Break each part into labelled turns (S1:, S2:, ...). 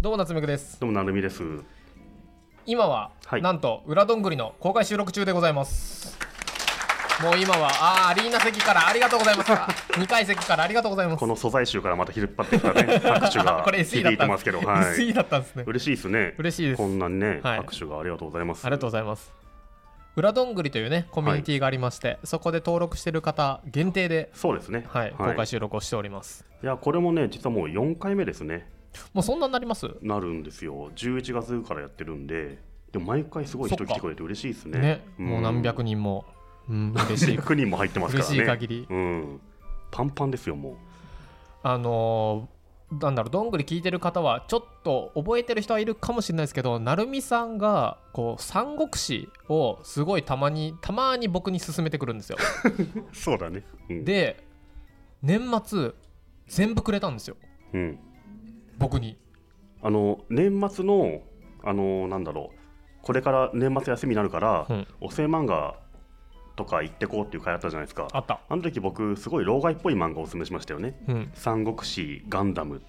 S1: どうも夏目くです
S2: どうもなるみです。
S1: 今は、
S2: はい
S1: なんと裏どんぐりの公開収録中でございますもう今はあーアリーナ席からありがとうございます 二階席からありがとうございます
S2: この素材集からまた引っ張ってきた ね、拍手
S1: あ
S2: が
S1: これ SE だ
S2: 響
S1: ったん
S2: いて
S1: で
S2: ますすけど、
S1: SE だったんですね
S2: 嬉しいですね。
S1: 嬉しいです
S2: こんなにね、
S1: はい
S2: 拍手がありがとうございます。
S1: ありがとうございます裏どんぐりというねコミュニティがありまして、そこで登録してる方限定で、
S2: そうですね。
S1: はい、公開収録をしております、
S2: いや、これもね、実はもう4回目ですね。
S1: もうそんなになります
S2: なるんですよ。11月からやってるんで、でも毎回すごい人
S1: そっ
S2: 来
S1: か
S2: てくれて嬉しいですね。
S1: ねもう何百人も、うん、嬉しい
S2: 100人も入ってますからね。
S1: 嬉しい限り
S2: うん。パンパンですよ、もう。
S1: あのーなんだろうどんぐり聞いてる方はちょっと覚えてる人はいるかもしれないですけど成美さんがこう三国志をすごいたまにたまに僕に勧めてくるんですよ
S2: そうだね。うん、
S1: で年末全部くれたんですよ
S2: うん。
S1: 僕に
S2: あの年末のあのなんだろうこれから年末休みになるから、
S1: うん
S2: お世話漫画とか行ってこうっていう回あったじゃないですか
S1: あった
S2: あの時僕すごい老害っぽい漫画をおすすめしましたよね
S1: うん
S2: 「三国志ガ ンダム」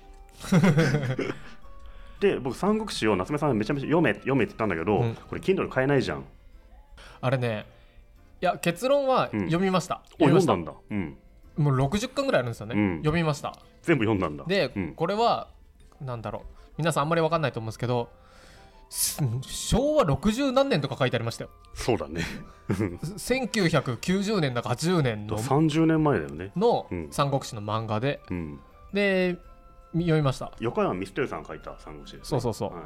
S2: で僕三国志を夏目さんめちゃめちゃ読め読めって言ったんだけど、
S1: うん
S2: これ Kindle で買えないじゃん
S1: あれねいや結論は
S2: うん
S1: 読みました、
S2: お
S1: 読みま
S2: 読
S1: し
S2: ん
S1: た
S2: だんだ、うん、
S1: もう60巻ぐらいあるんですよね、
S2: うん
S1: 読みました
S2: 全部読んだんだ
S1: で、
S2: うん、
S1: これはなんだろう皆さんあんまり分かんないと思うんですけどす昭和60何年とか書いてありましたよ
S2: そうだね
S1: 1990年だか80年の
S2: 30年前だよね、
S1: の
S2: うん
S1: 三国志の漫画で
S2: うん、
S1: でみ読みました
S2: 横山ミステルさんが書いた三国志ですね、
S1: そうそうそう
S2: は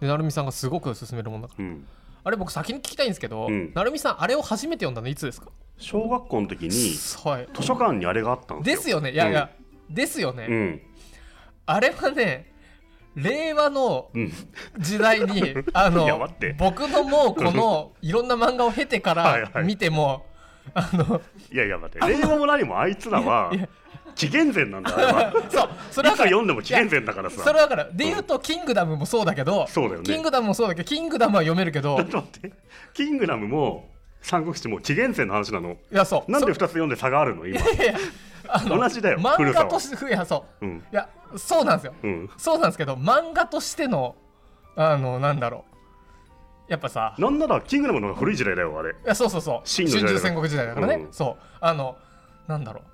S2: い
S1: で成美さんがすごく勧めるもんだから
S2: うん、
S1: あれ僕先に聞きたいんですけど、
S2: うん
S1: 成美さんあれを初めて読んだのいつですか
S2: 小学校の時に
S1: はい
S2: 図書館にあれがあったん
S1: で
S2: です
S1: す
S2: よ。
S1: よねいやいや、ですよね、
S2: うん、
S1: あれはね令和の
S2: うん、
S1: 時代 にあ
S2: いや
S1: の
S2: 待って
S1: 僕のもうこのいろんな漫画を経てか
S2: はいは
S1: ら
S2: い
S1: 見てもあの
S2: いやいや待って令和も何もあいつらは紀元前なんだよあれは
S1: そうそれはだか
S2: いつ
S1: ら
S2: 読んでも紀元前だからさ
S1: それはだからで言うと「キングダム」もそうだけど、
S2: そうだよね
S1: キングダムもそうだけど「キングダム」は読めるけど
S2: ちょっと待ってキングダムも三国志も紀元前の話なの
S1: いやそう
S2: なんで2
S1: そ
S2: つ読んで差があるの 今
S1: いやいやあの
S2: 同じだよ
S1: 漫
S2: 古さ
S1: 画
S2: は
S1: としていやそう
S2: うん
S1: いやそうなんですよ、
S2: うん
S1: そうなんですけど漫画としてのあのなんだろうやっぱさい
S2: なんならキングダムの方が古い時代だよあれ
S1: やそうそうそう
S2: 秦の時代だから
S1: 戦国時代だからね、
S2: うん
S1: そうあのなんだろう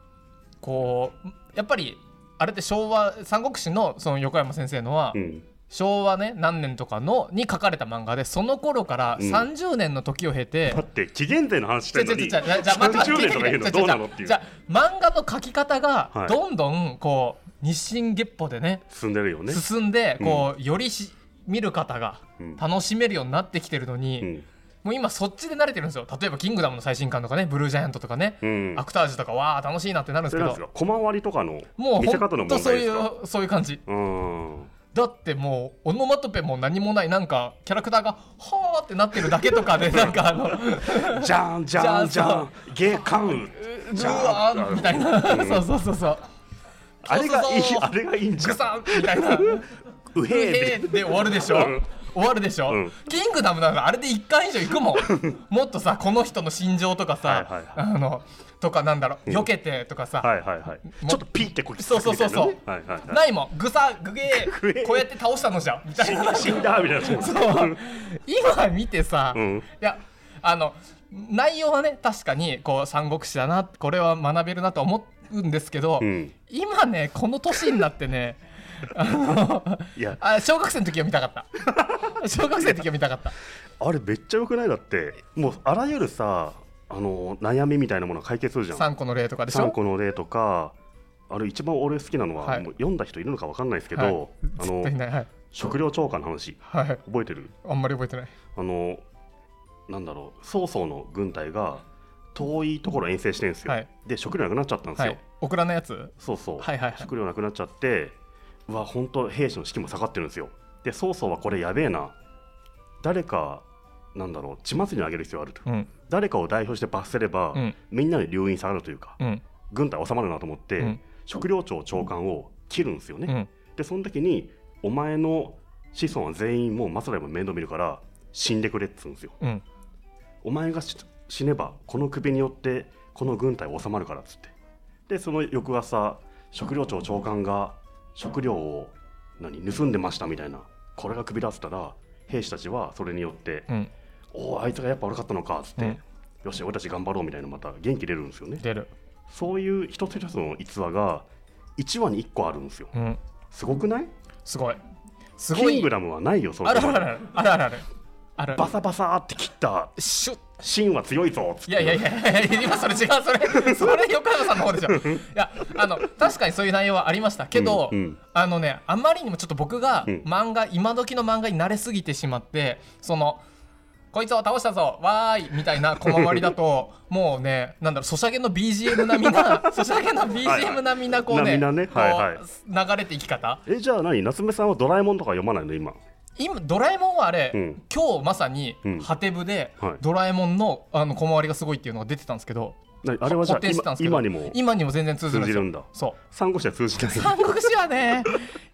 S1: こうやっぱりあれって昭和三国志のその横山先生のは、
S2: うん
S1: 昭和ね何年とかのに書かれた漫画でその頃から
S2: うん
S1: 30年の時を経て、
S2: だって紀元前の話してんのに
S1: じゃじゃじゃ待って
S2: 30年とか言うのどうなのっていう
S1: じゃ漫画の書き方
S2: は
S1: が
S2: い
S1: どんどんこう日進月歩でね
S2: 進んでるよね
S1: 進んでこうよりし見る方が
S2: うん
S1: 楽しめるようになってきてるの
S2: う
S1: に
S2: ん
S1: もう今そっちで慣れてるんですよ例えば「キングダム」の最新刊とかね「ブルージャイアント」とかね
S2: うん
S1: アクタージュとかわあ楽しいなってなるんです
S2: それ
S1: け
S2: なんです
S1: ど
S2: かコマ割りとかの
S1: もう
S2: 見せ方の
S1: ほんと
S2: 問
S1: そう
S2: 題で
S1: い
S2: すか
S1: うそういう感じ
S2: うん
S1: だってもうオノマトペも何もないなんかキャラクターが「はーってなってるだけとかでなんかあ の
S2: じゃんじゃんじゃん、ゲーカ
S1: 「
S2: ン。
S1: うわー」みたいなそうそうそうそう
S2: あれがいい
S1: そうそうそ、う
S2: あれがいいんじゃ
S1: グ
S2: ん。
S1: サンみたい な
S2: う
S1: 「
S2: へ
S1: へ
S2: え
S1: ーで終わるでしょ
S2: うん
S1: 終わるでしょ、
S2: うん
S1: キングダムなんかあれで1巻以上いくも んもっとさこの人の心情とかさ、
S2: はいはい
S1: あのとかなんだろう、避けてとかさ、
S2: はいはいはい。ちょっとピーってこう。
S1: そうそうそうそう
S2: みたいなねはいはいは
S1: ないもんグサグゲ
S2: グゲ
S1: ー
S2: ー。
S1: こうやって倒したのじゃんみたいない
S2: 死んだみたい
S1: そ
S2: な。そう
S1: 今見てさ、
S2: うん
S1: いやあの内容はね確かにこう三国志だなこれは学べるなと思うんですけど、
S2: うん
S1: 今ねこの年になってねあの
S2: いや、
S1: あ小学生の時は見たかった小学生の時は見たかった
S2: あれめっちゃ良くないだって、もうあらゆるさ、あの悩みみたいなものが解決するじゃん。
S1: 3個の例とかでし
S2: 三
S1: ょ
S2: 個の例とか。あれ一番俺好きなのは、
S1: はい
S2: もう読んだ人いるのかわかんないですけ
S1: はい
S2: ど、あ
S1: 絶対いな
S2: の
S1: いはい、
S2: 食料超過の話
S1: はい、
S2: 覚えてる？
S1: あんまり覚えてない
S2: あのなんだろう曹操の軍隊が遠いところ遠征してるんですよ、
S1: はい
S2: で食料なくなっちゃったんです
S1: は
S2: よ、
S1: いオクラのやつ
S2: そうそう、
S1: はいはいはい
S2: 食料なくなっちゃってうわ本当兵士の士気も下がってるんですよで曹操はこれやべえな誰かなんだろう血祭りにあげる必要があると、
S1: うん
S2: 誰かを代表して罰せれば、
S1: うん
S2: みんなで留飲下がるというか、
S1: うん
S2: 軍隊収まるなと思って、
S1: うん
S2: 食料庁長官を切るんですよね、
S1: うん
S2: でその時にお前の子孫は全員もう松平も面倒見るから死んでくれっつうんですよ
S1: うん
S2: お前がし死ねばこの首によってこの軍隊は収まるからっつってでその翌朝食料庁長官が食料を何盗んでましたみたいなこれがくびらせたら兵士たちはそれによって
S1: うん
S2: おおあいつがやっぱ悪かったのかっつって、
S1: うん
S2: よし俺たち頑張ろうみたいなまた元気出るんですよね
S1: 出る
S2: そういう一つ一つの逸話が1話に1個あるんですよ
S1: うん
S2: すごくない
S1: すごいすご
S2: キン
S1: い
S2: グダムはないよそ
S1: あ
S2: れ
S1: るあるあるあるあるあるある
S2: バサバサーって切った
S1: シュッ
S2: 芯は強いぞっつって
S1: いやいやい やいや今それ違うそ れそれ横山さんの方でしょいやあの確かにそういう内容はありましたけど、
S2: うんうん
S1: あのねあまりにもちょっと僕が
S2: うん
S1: 漫画、今時の漫画に慣れすぎてしまってそのこいつを倒したぞわーいみたいな小回りだ ともうねなんだろうソシャゲの BGM 並みなソシャゲの BGM 並みなこうね
S2: 並みなね
S1: こう
S2: はいはい
S1: 流れていき方
S2: えじゃあ何夏目さんはドラえもんとか読まないの今
S1: 今ドラえもんはあれ、
S2: うん
S1: 今日まさに
S2: うん
S1: ハテブで、
S2: はい
S1: ドラえもんのあの小回りがすごいっていうのが出てたんですけど
S2: 何あれはじゃあ
S1: 固定してたん
S2: 今
S1: ですけど
S2: 今にも
S1: 今にも全然通ずるんで
S2: 通じ
S1: す
S2: る
S1: よ
S2: んだ
S1: そう
S2: 三国志は通じてない
S1: 三国志はね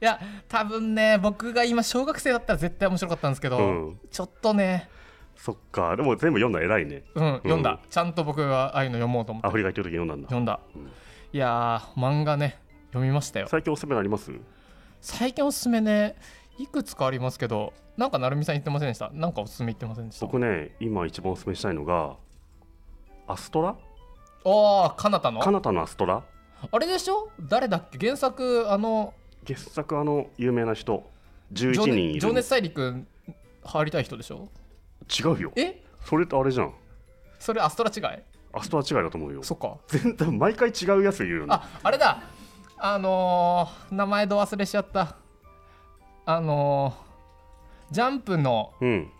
S1: いや多分ね僕が今小学生だったら絶対面白かったんですけど、
S2: うん
S1: ちょっとね
S2: そっかでも全部読んだ偉いね
S1: うん読んだ、
S2: う
S1: ちゃんと僕はああいうの読もうと思って
S2: アフリカ行ってる時読んだんだ
S1: 読んだ、
S2: うん
S1: いやー漫画ね読みましたよ
S2: 最近おすすめあります
S1: 最近おすすめねいくつかありますけどなんか成美さん言ってませんでしたなんかおすすめ言ってませんでした
S2: 僕ね今一番おすすめしたいのがアストラ
S1: ああかなたの
S2: 彼方のアストラ
S1: あれでしょ誰だっけ原作あの
S2: 傑作あの有名な人11
S1: 情
S2: 人い
S1: 熱
S2: る
S1: 情熱大陸入りたい人でしょ
S2: 違うよ
S1: え
S2: それってあれじゃん
S1: それアストラ違い
S2: アストラ違いだと思うよ
S1: そっか
S2: 全然毎回違うやつ言うよね
S1: ああれだあのー、名前ど忘れしちゃったあのー、ジャンプの
S2: うん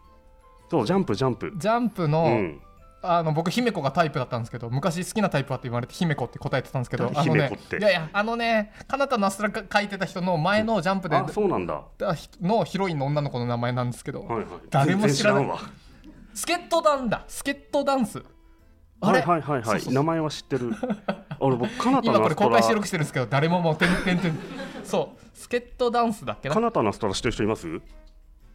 S2: そうジャンプジャンプ
S1: ジャンプ
S2: う
S1: の,、
S2: ん
S1: あの僕姫子がタイプだったんですけど昔好きなタイプはって言われて姫子って答えてたんですけど
S2: 誰
S1: あのね
S2: 姫子って
S1: いやいやあのねかなたのアストラが書いてた人の前のジャンプで、
S2: あそうなんだは
S1: だのヒロインの女の子の名前なんですけど、
S2: いはい
S1: 誰も
S2: 全然
S1: 知らない
S2: んわ
S1: スケットダンだスケットダンスあ
S2: は
S1: れ、
S2: いはいはい
S1: そうそ
S2: は
S1: うそ
S2: いう名前は知 ってる俺僕彼方
S1: 今
S2: の
S1: こ
S2: ア
S1: れ
S2: スト
S1: 公開収
S2: ラ
S1: 録してるんですけど誰ももうてんてんてんそうスケットダンスだっけな
S2: 彼方のアストラ知ってる人います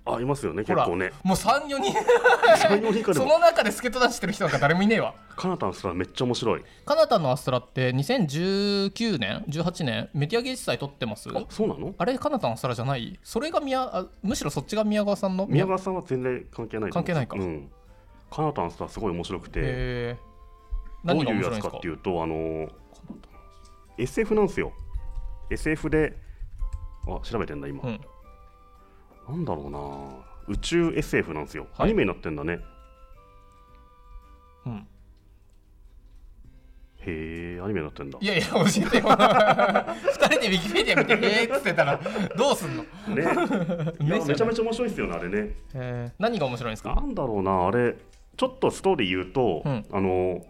S2: あいますよね
S1: ほ
S2: 結
S1: ら
S2: 構ね
S1: もう34人
S2: 才能以下で
S1: そ
S2: も
S1: の中で助っ人出してる人なんか誰もいねえわ。
S2: 彼方のアストラめっちゃ面白い
S1: カナタのアストラって2019年、18年、メディア芸術祭撮ってます
S2: あそうなの
S1: あれ、カナタのアストラじゃないそれが宮あ、むしろそっちが宮川さんの
S2: 宮川さんは全然関係ないと
S1: 関
S2: 思う
S1: 係ないか
S2: うん彼方のアストラすごい面白くて
S1: えー、
S2: どう
S1: 何が
S2: い
S1: 面
S2: う
S1: 白
S2: や
S1: いんです
S2: つか
S1: か
S2: っていうとあの SF なんですよ SF であ調べてんだ今
S1: うん、
S2: なんだろうな宇宙 SF なんですよ、
S1: はい
S2: アニメになってんだね
S1: うん、
S2: へえアニメになってんだ
S1: いやいや、教えてよ。 二人でウィキペディア見て、えーっつってたら、どうすんの、
S2: ね いや
S1: ね
S2: めちゃめちゃ面白いですよねあれね
S1: えー何が面白いんです
S2: な
S1: か
S2: んだろうなあれちょっとストーリー言うと、
S1: うん
S2: あの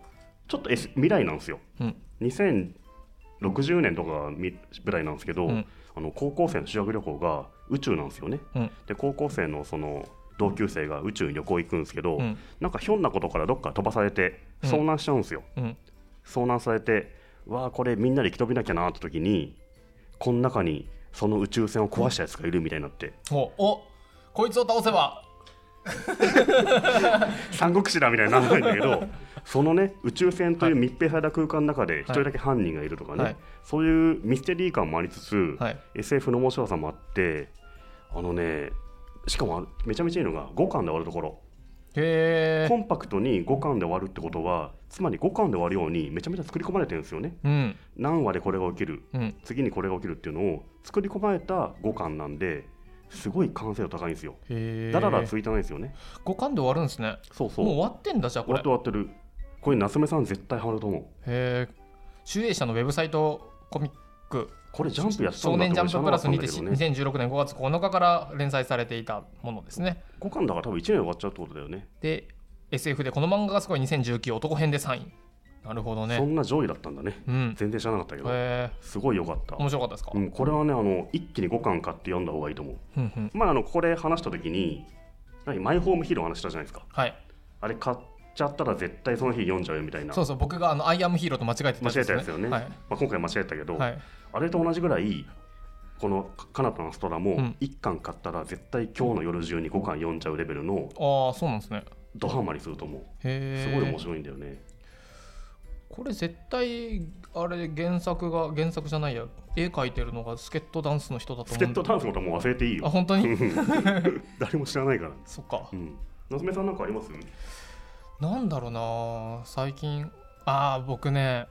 S2: ちょっと、S、未来なんですよ
S1: うん、
S2: 2060年とかみぐらいなんですけど、
S1: うん
S2: あの高校生の修学旅行が宇宙なんですよね
S1: うん、
S2: で高校生のその同級生が宇宙に旅行行くんですけど、
S1: うん、
S2: なんかひょんなことからどっか飛ばされて
S1: うん
S2: 遭難しちゃうんですよ、
S1: うん、
S2: 遭難されてわあこれみんなで生き延びなきゃなって時にこの中にその宇宙船を壊したやつがいるみたいになって
S1: お、お、こいつを倒せば、
S2: 三国志だみたいにならないんだけ どそのね宇宙船という密閉された空間の中で一人だけ犯人がいるとかね、
S1: はい
S2: そういうミステリー感もありつつ、
S1: はい、
S2: SF の面白さもあってあのねしかもあれめちゃめちゃいいのが5巻で終わるところ
S1: へ
S2: コ
S1: ー
S2: ンパクトに5巻で終わるってことはつまり5巻で終わるようにめちゃめちゃ作り込まれてるんですよね
S1: うん、
S2: 何話でこれが起きる
S1: うん、
S2: 次にこれが起きるっていうのを作り込まれた五感なんですごい完成度高いんですよ
S1: へえ。
S2: だらだらついてないんですよね
S1: 五巻で終わるんですね。
S2: そうそ
S1: もう終
S2: う
S1: わってんだじゃあこ
S2: 終わ
S1: れ
S2: って。終わってるこれ夏目さん絶対ハマると思う
S1: へえ。集英社のウェブサイトコミック
S2: これジャンプやってた
S1: 少
S2: んだ
S1: 年ジャンププラスにて
S2: 知らなかったんだけどね
S1: 2016年5月9日から連載されていたものですね。
S2: 五巻だから多分1年で終わっちゃうってことだよね
S1: で、SF でこの漫画がすごい2019男編で3位。なるほど
S2: そ
S1: ね。
S2: んな上位だったんだね
S1: うん。
S2: 全然知らなかったけど
S1: へえ。
S2: すごい良かった
S1: 面白かったですか
S2: う。ん、これはねあの一気に五巻買って読んだ方がいいと思う
S1: うんうん。
S2: まああのここで話した時に何マイホームヒーローの話したじゃないですか
S1: はい。
S2: あれ買っちゃったら絶対その日読んじゃうよみたいな
S1: そうそう。僕があのアイアムヒーローと間違えてた
S2: 間違えたやつ
S1: です
S2: よね、
S1: は
S2: まあ、今回間違えたけ
S1: い。
S2: ど、
S1: はい。
S2: あれと同じぐらいこの「カナタのアストラ」
S1: う
S2: も
S1: ん
S2: 1巻買ったら絶対今日の夜中に5巻読んじゃうレベルの
S1: ああ、そうなんですね。
S2: ドハマりすると思う
S1: へえ。
S2: すごい面白いんだよね
S1: これ絶対あれ原作が原作じゃないや絵描いてるのがスケットダンスの人だと
S2: ス
S1: 思
S2: ケ
S1: う
S2: ッ
S1: ん
S2: ト
S1: だ
S2: ダンスのことはもう忘れていい
S1: あ
S2: よ
S1: 本当に
S2: 誰も知らないから
S1: そっか
S2: うん夏目さんなんかあります
S1: なんだろうな最近ああ僕ね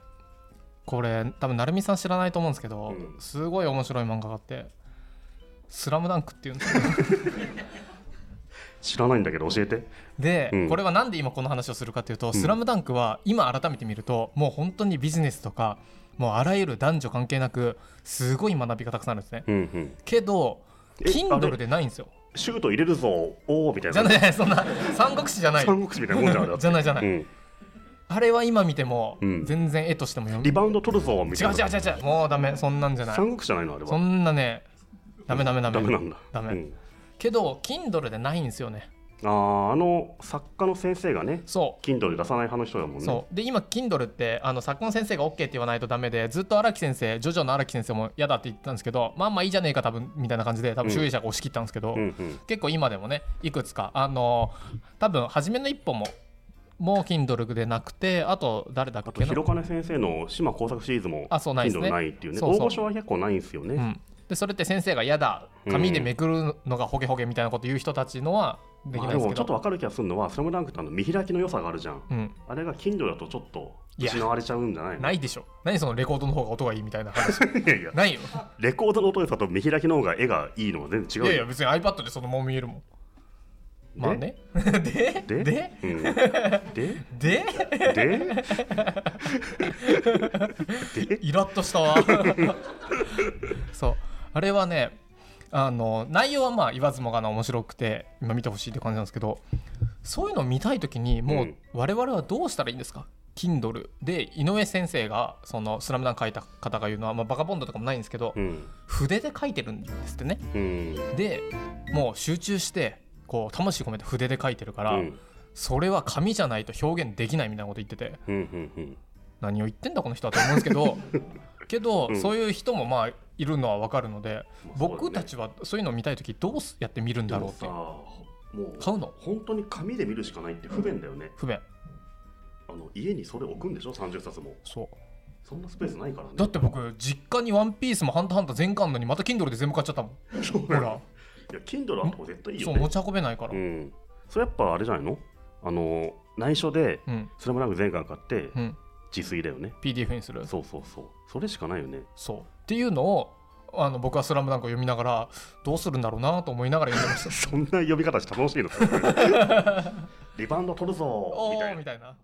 S1: これ多分成美さん知らないと思うんですけど、
S2: うん
S1: すごい面白い漫画があって「スラムダンクっていうん ですけど
S2: 知らないんだけど教えて
S1: で、
S2: うん
S1: これはなんで今この話をするかというと「
S2: ん
S1: スラムダンクは今改めて見るともう本当にビジネスとかもうあらゆる男女関係なくすごい学びがたくさんあるんですね
S2: うんうん
S1: けど
S2: えあ
S1: Kindle
S2: れ
S1: でないんですよ
S2: シュート入れるぞおおみたい
S1: じゃ
S2: な
S1: ないそんな三国志じゃない
S2: 三国志みたいなもんじゃんだって
S1: じゃないじゃない、
S2: うん
S1: あれは今見ても
S2: うん
S1: 全然絵としても読み、
S2: リバウンド取るぞみ
S1: 違
S2: た
S1: う
S2: い
S1: 違
S2: な
S1: う違う違うもうダメそんなんじゃない
S2: 三国志じゃないのあれ
S1: そ
S2: は
S1: んなねダメダメダメ
S2: ダメなんだ
S1: ダメ
S2: うん
S1: けど Kindle でないんですよね
S2: あーあの作家の先生がね
S1: そ
S2: Kindle で出さない派の人だもん
S1: う
S2: ね
S1: そうで今 Kindle ってあの作家の先生が OK って言わないとダメでずっと荒木先生ジョジョの荒木先生も嫌だって言ってたんですけどまあまあいいじゃねえか多分みたいな感じで多分集英社が押し切ったんですけど、
S2: んうん
S1: 結構今でもねいくつかあの多分初めの一歩ももう Kindle でなくてあと誰だっ
S2: あと
S1: けな
S2: 広金先生の島工作シリーズも
S1: あそうないですね
S2: Kindle ないっていうね
S1: そうそう
S2: 大御所は結構ないんですよね、
S1: うん、でそれって先生が嫌だ紙でめくるのがホゲホゲみたいなこと言う人たちのはできない
S2: まあで
S1: です
S2: も
S1: け
S2: ちょっと
S1: ど、
S2: わかる気がするのは「スラムダンクってあの見開きの良さがあるじゃん
S1: うん、
S2: あれが Kindle だとちょっと
S1: いや
S2: 失われちゃうんじゃないの
S1: ないでしょ何そのレコードの方が音がいいみたいな話
S2: いやいや
S1: ないよ
S2: レコードの音でさと見開きの方が絵がいいのは全
S1: い
S2: 然違う
S1: やいや
S2: よ
S1: 別に iPad でそのまま見えるもん
S2: で
S1: まあね で
S2: で
S1: で
S2: うんで
S1: で
S2: で
S1: イラッとしたわ そうあれはねあの内容はまあ言わずもがな面白くて今見てほしいって感じなんですけどそういうのを見たい時にも
S2: う
S1: うん我々はどうしたらいいんですか Kindle で井上先生が「そのスラムダンク書いた方が言うのは、まあ、バカボンドとかもないんですけど
S2: うん
S1: 筆で書いてるんですってね
S2: うん
S1: でもう集中してこう魂込めて筆で書いてるから、
S2: うん
S1: それは紙じゃないと表現できないみたいなこと言ってて
S2: うんうんうん
S1: 何を言ってんだこの人はと思うんですけ どけど、
S2: うん
S1: そういう人もまあいるのは分かるので、
S2: まあ
S1: 僕たちはそういうのを見たい時どうやって見るんだろうって
S2: でもさもう
S1: 買うの
S2: 本当に紙で見るしかないって不便だよね
S1: 不便
S2: あの家にそれ置くんでしょ30冊も
S1: そう
S2: そんなスペースないからね
S1: だって僕実家に「ワンピースも「ハンターハンター」全巻のにまた Kindle で全部買っちゃったもん
S2: そう
S1: ほ
S2: だよ
S1: ら
S2: いや Kindle あった方が絶対いいよ
S1: そう
S2: ね
S1: 持ち運べないから
S2: う、ん、それやっぱあれじゃないのあの内緒で
S1: うん
S2: スラムダンク全巻買って
S1: うん、
S2: 自炊だよね、
S1: PDF にする
S2: そうそうそうそれしかないよね
S1: そうっていうのをあの僕は「スラムダンクを読みながらどうするんだろうなと思いながら読んでました
S2: そんな呼び方して楽しいのリバウンド取るぞ
S1: お
S2: みたい
S1: ー
S2: な
S1: みたいな。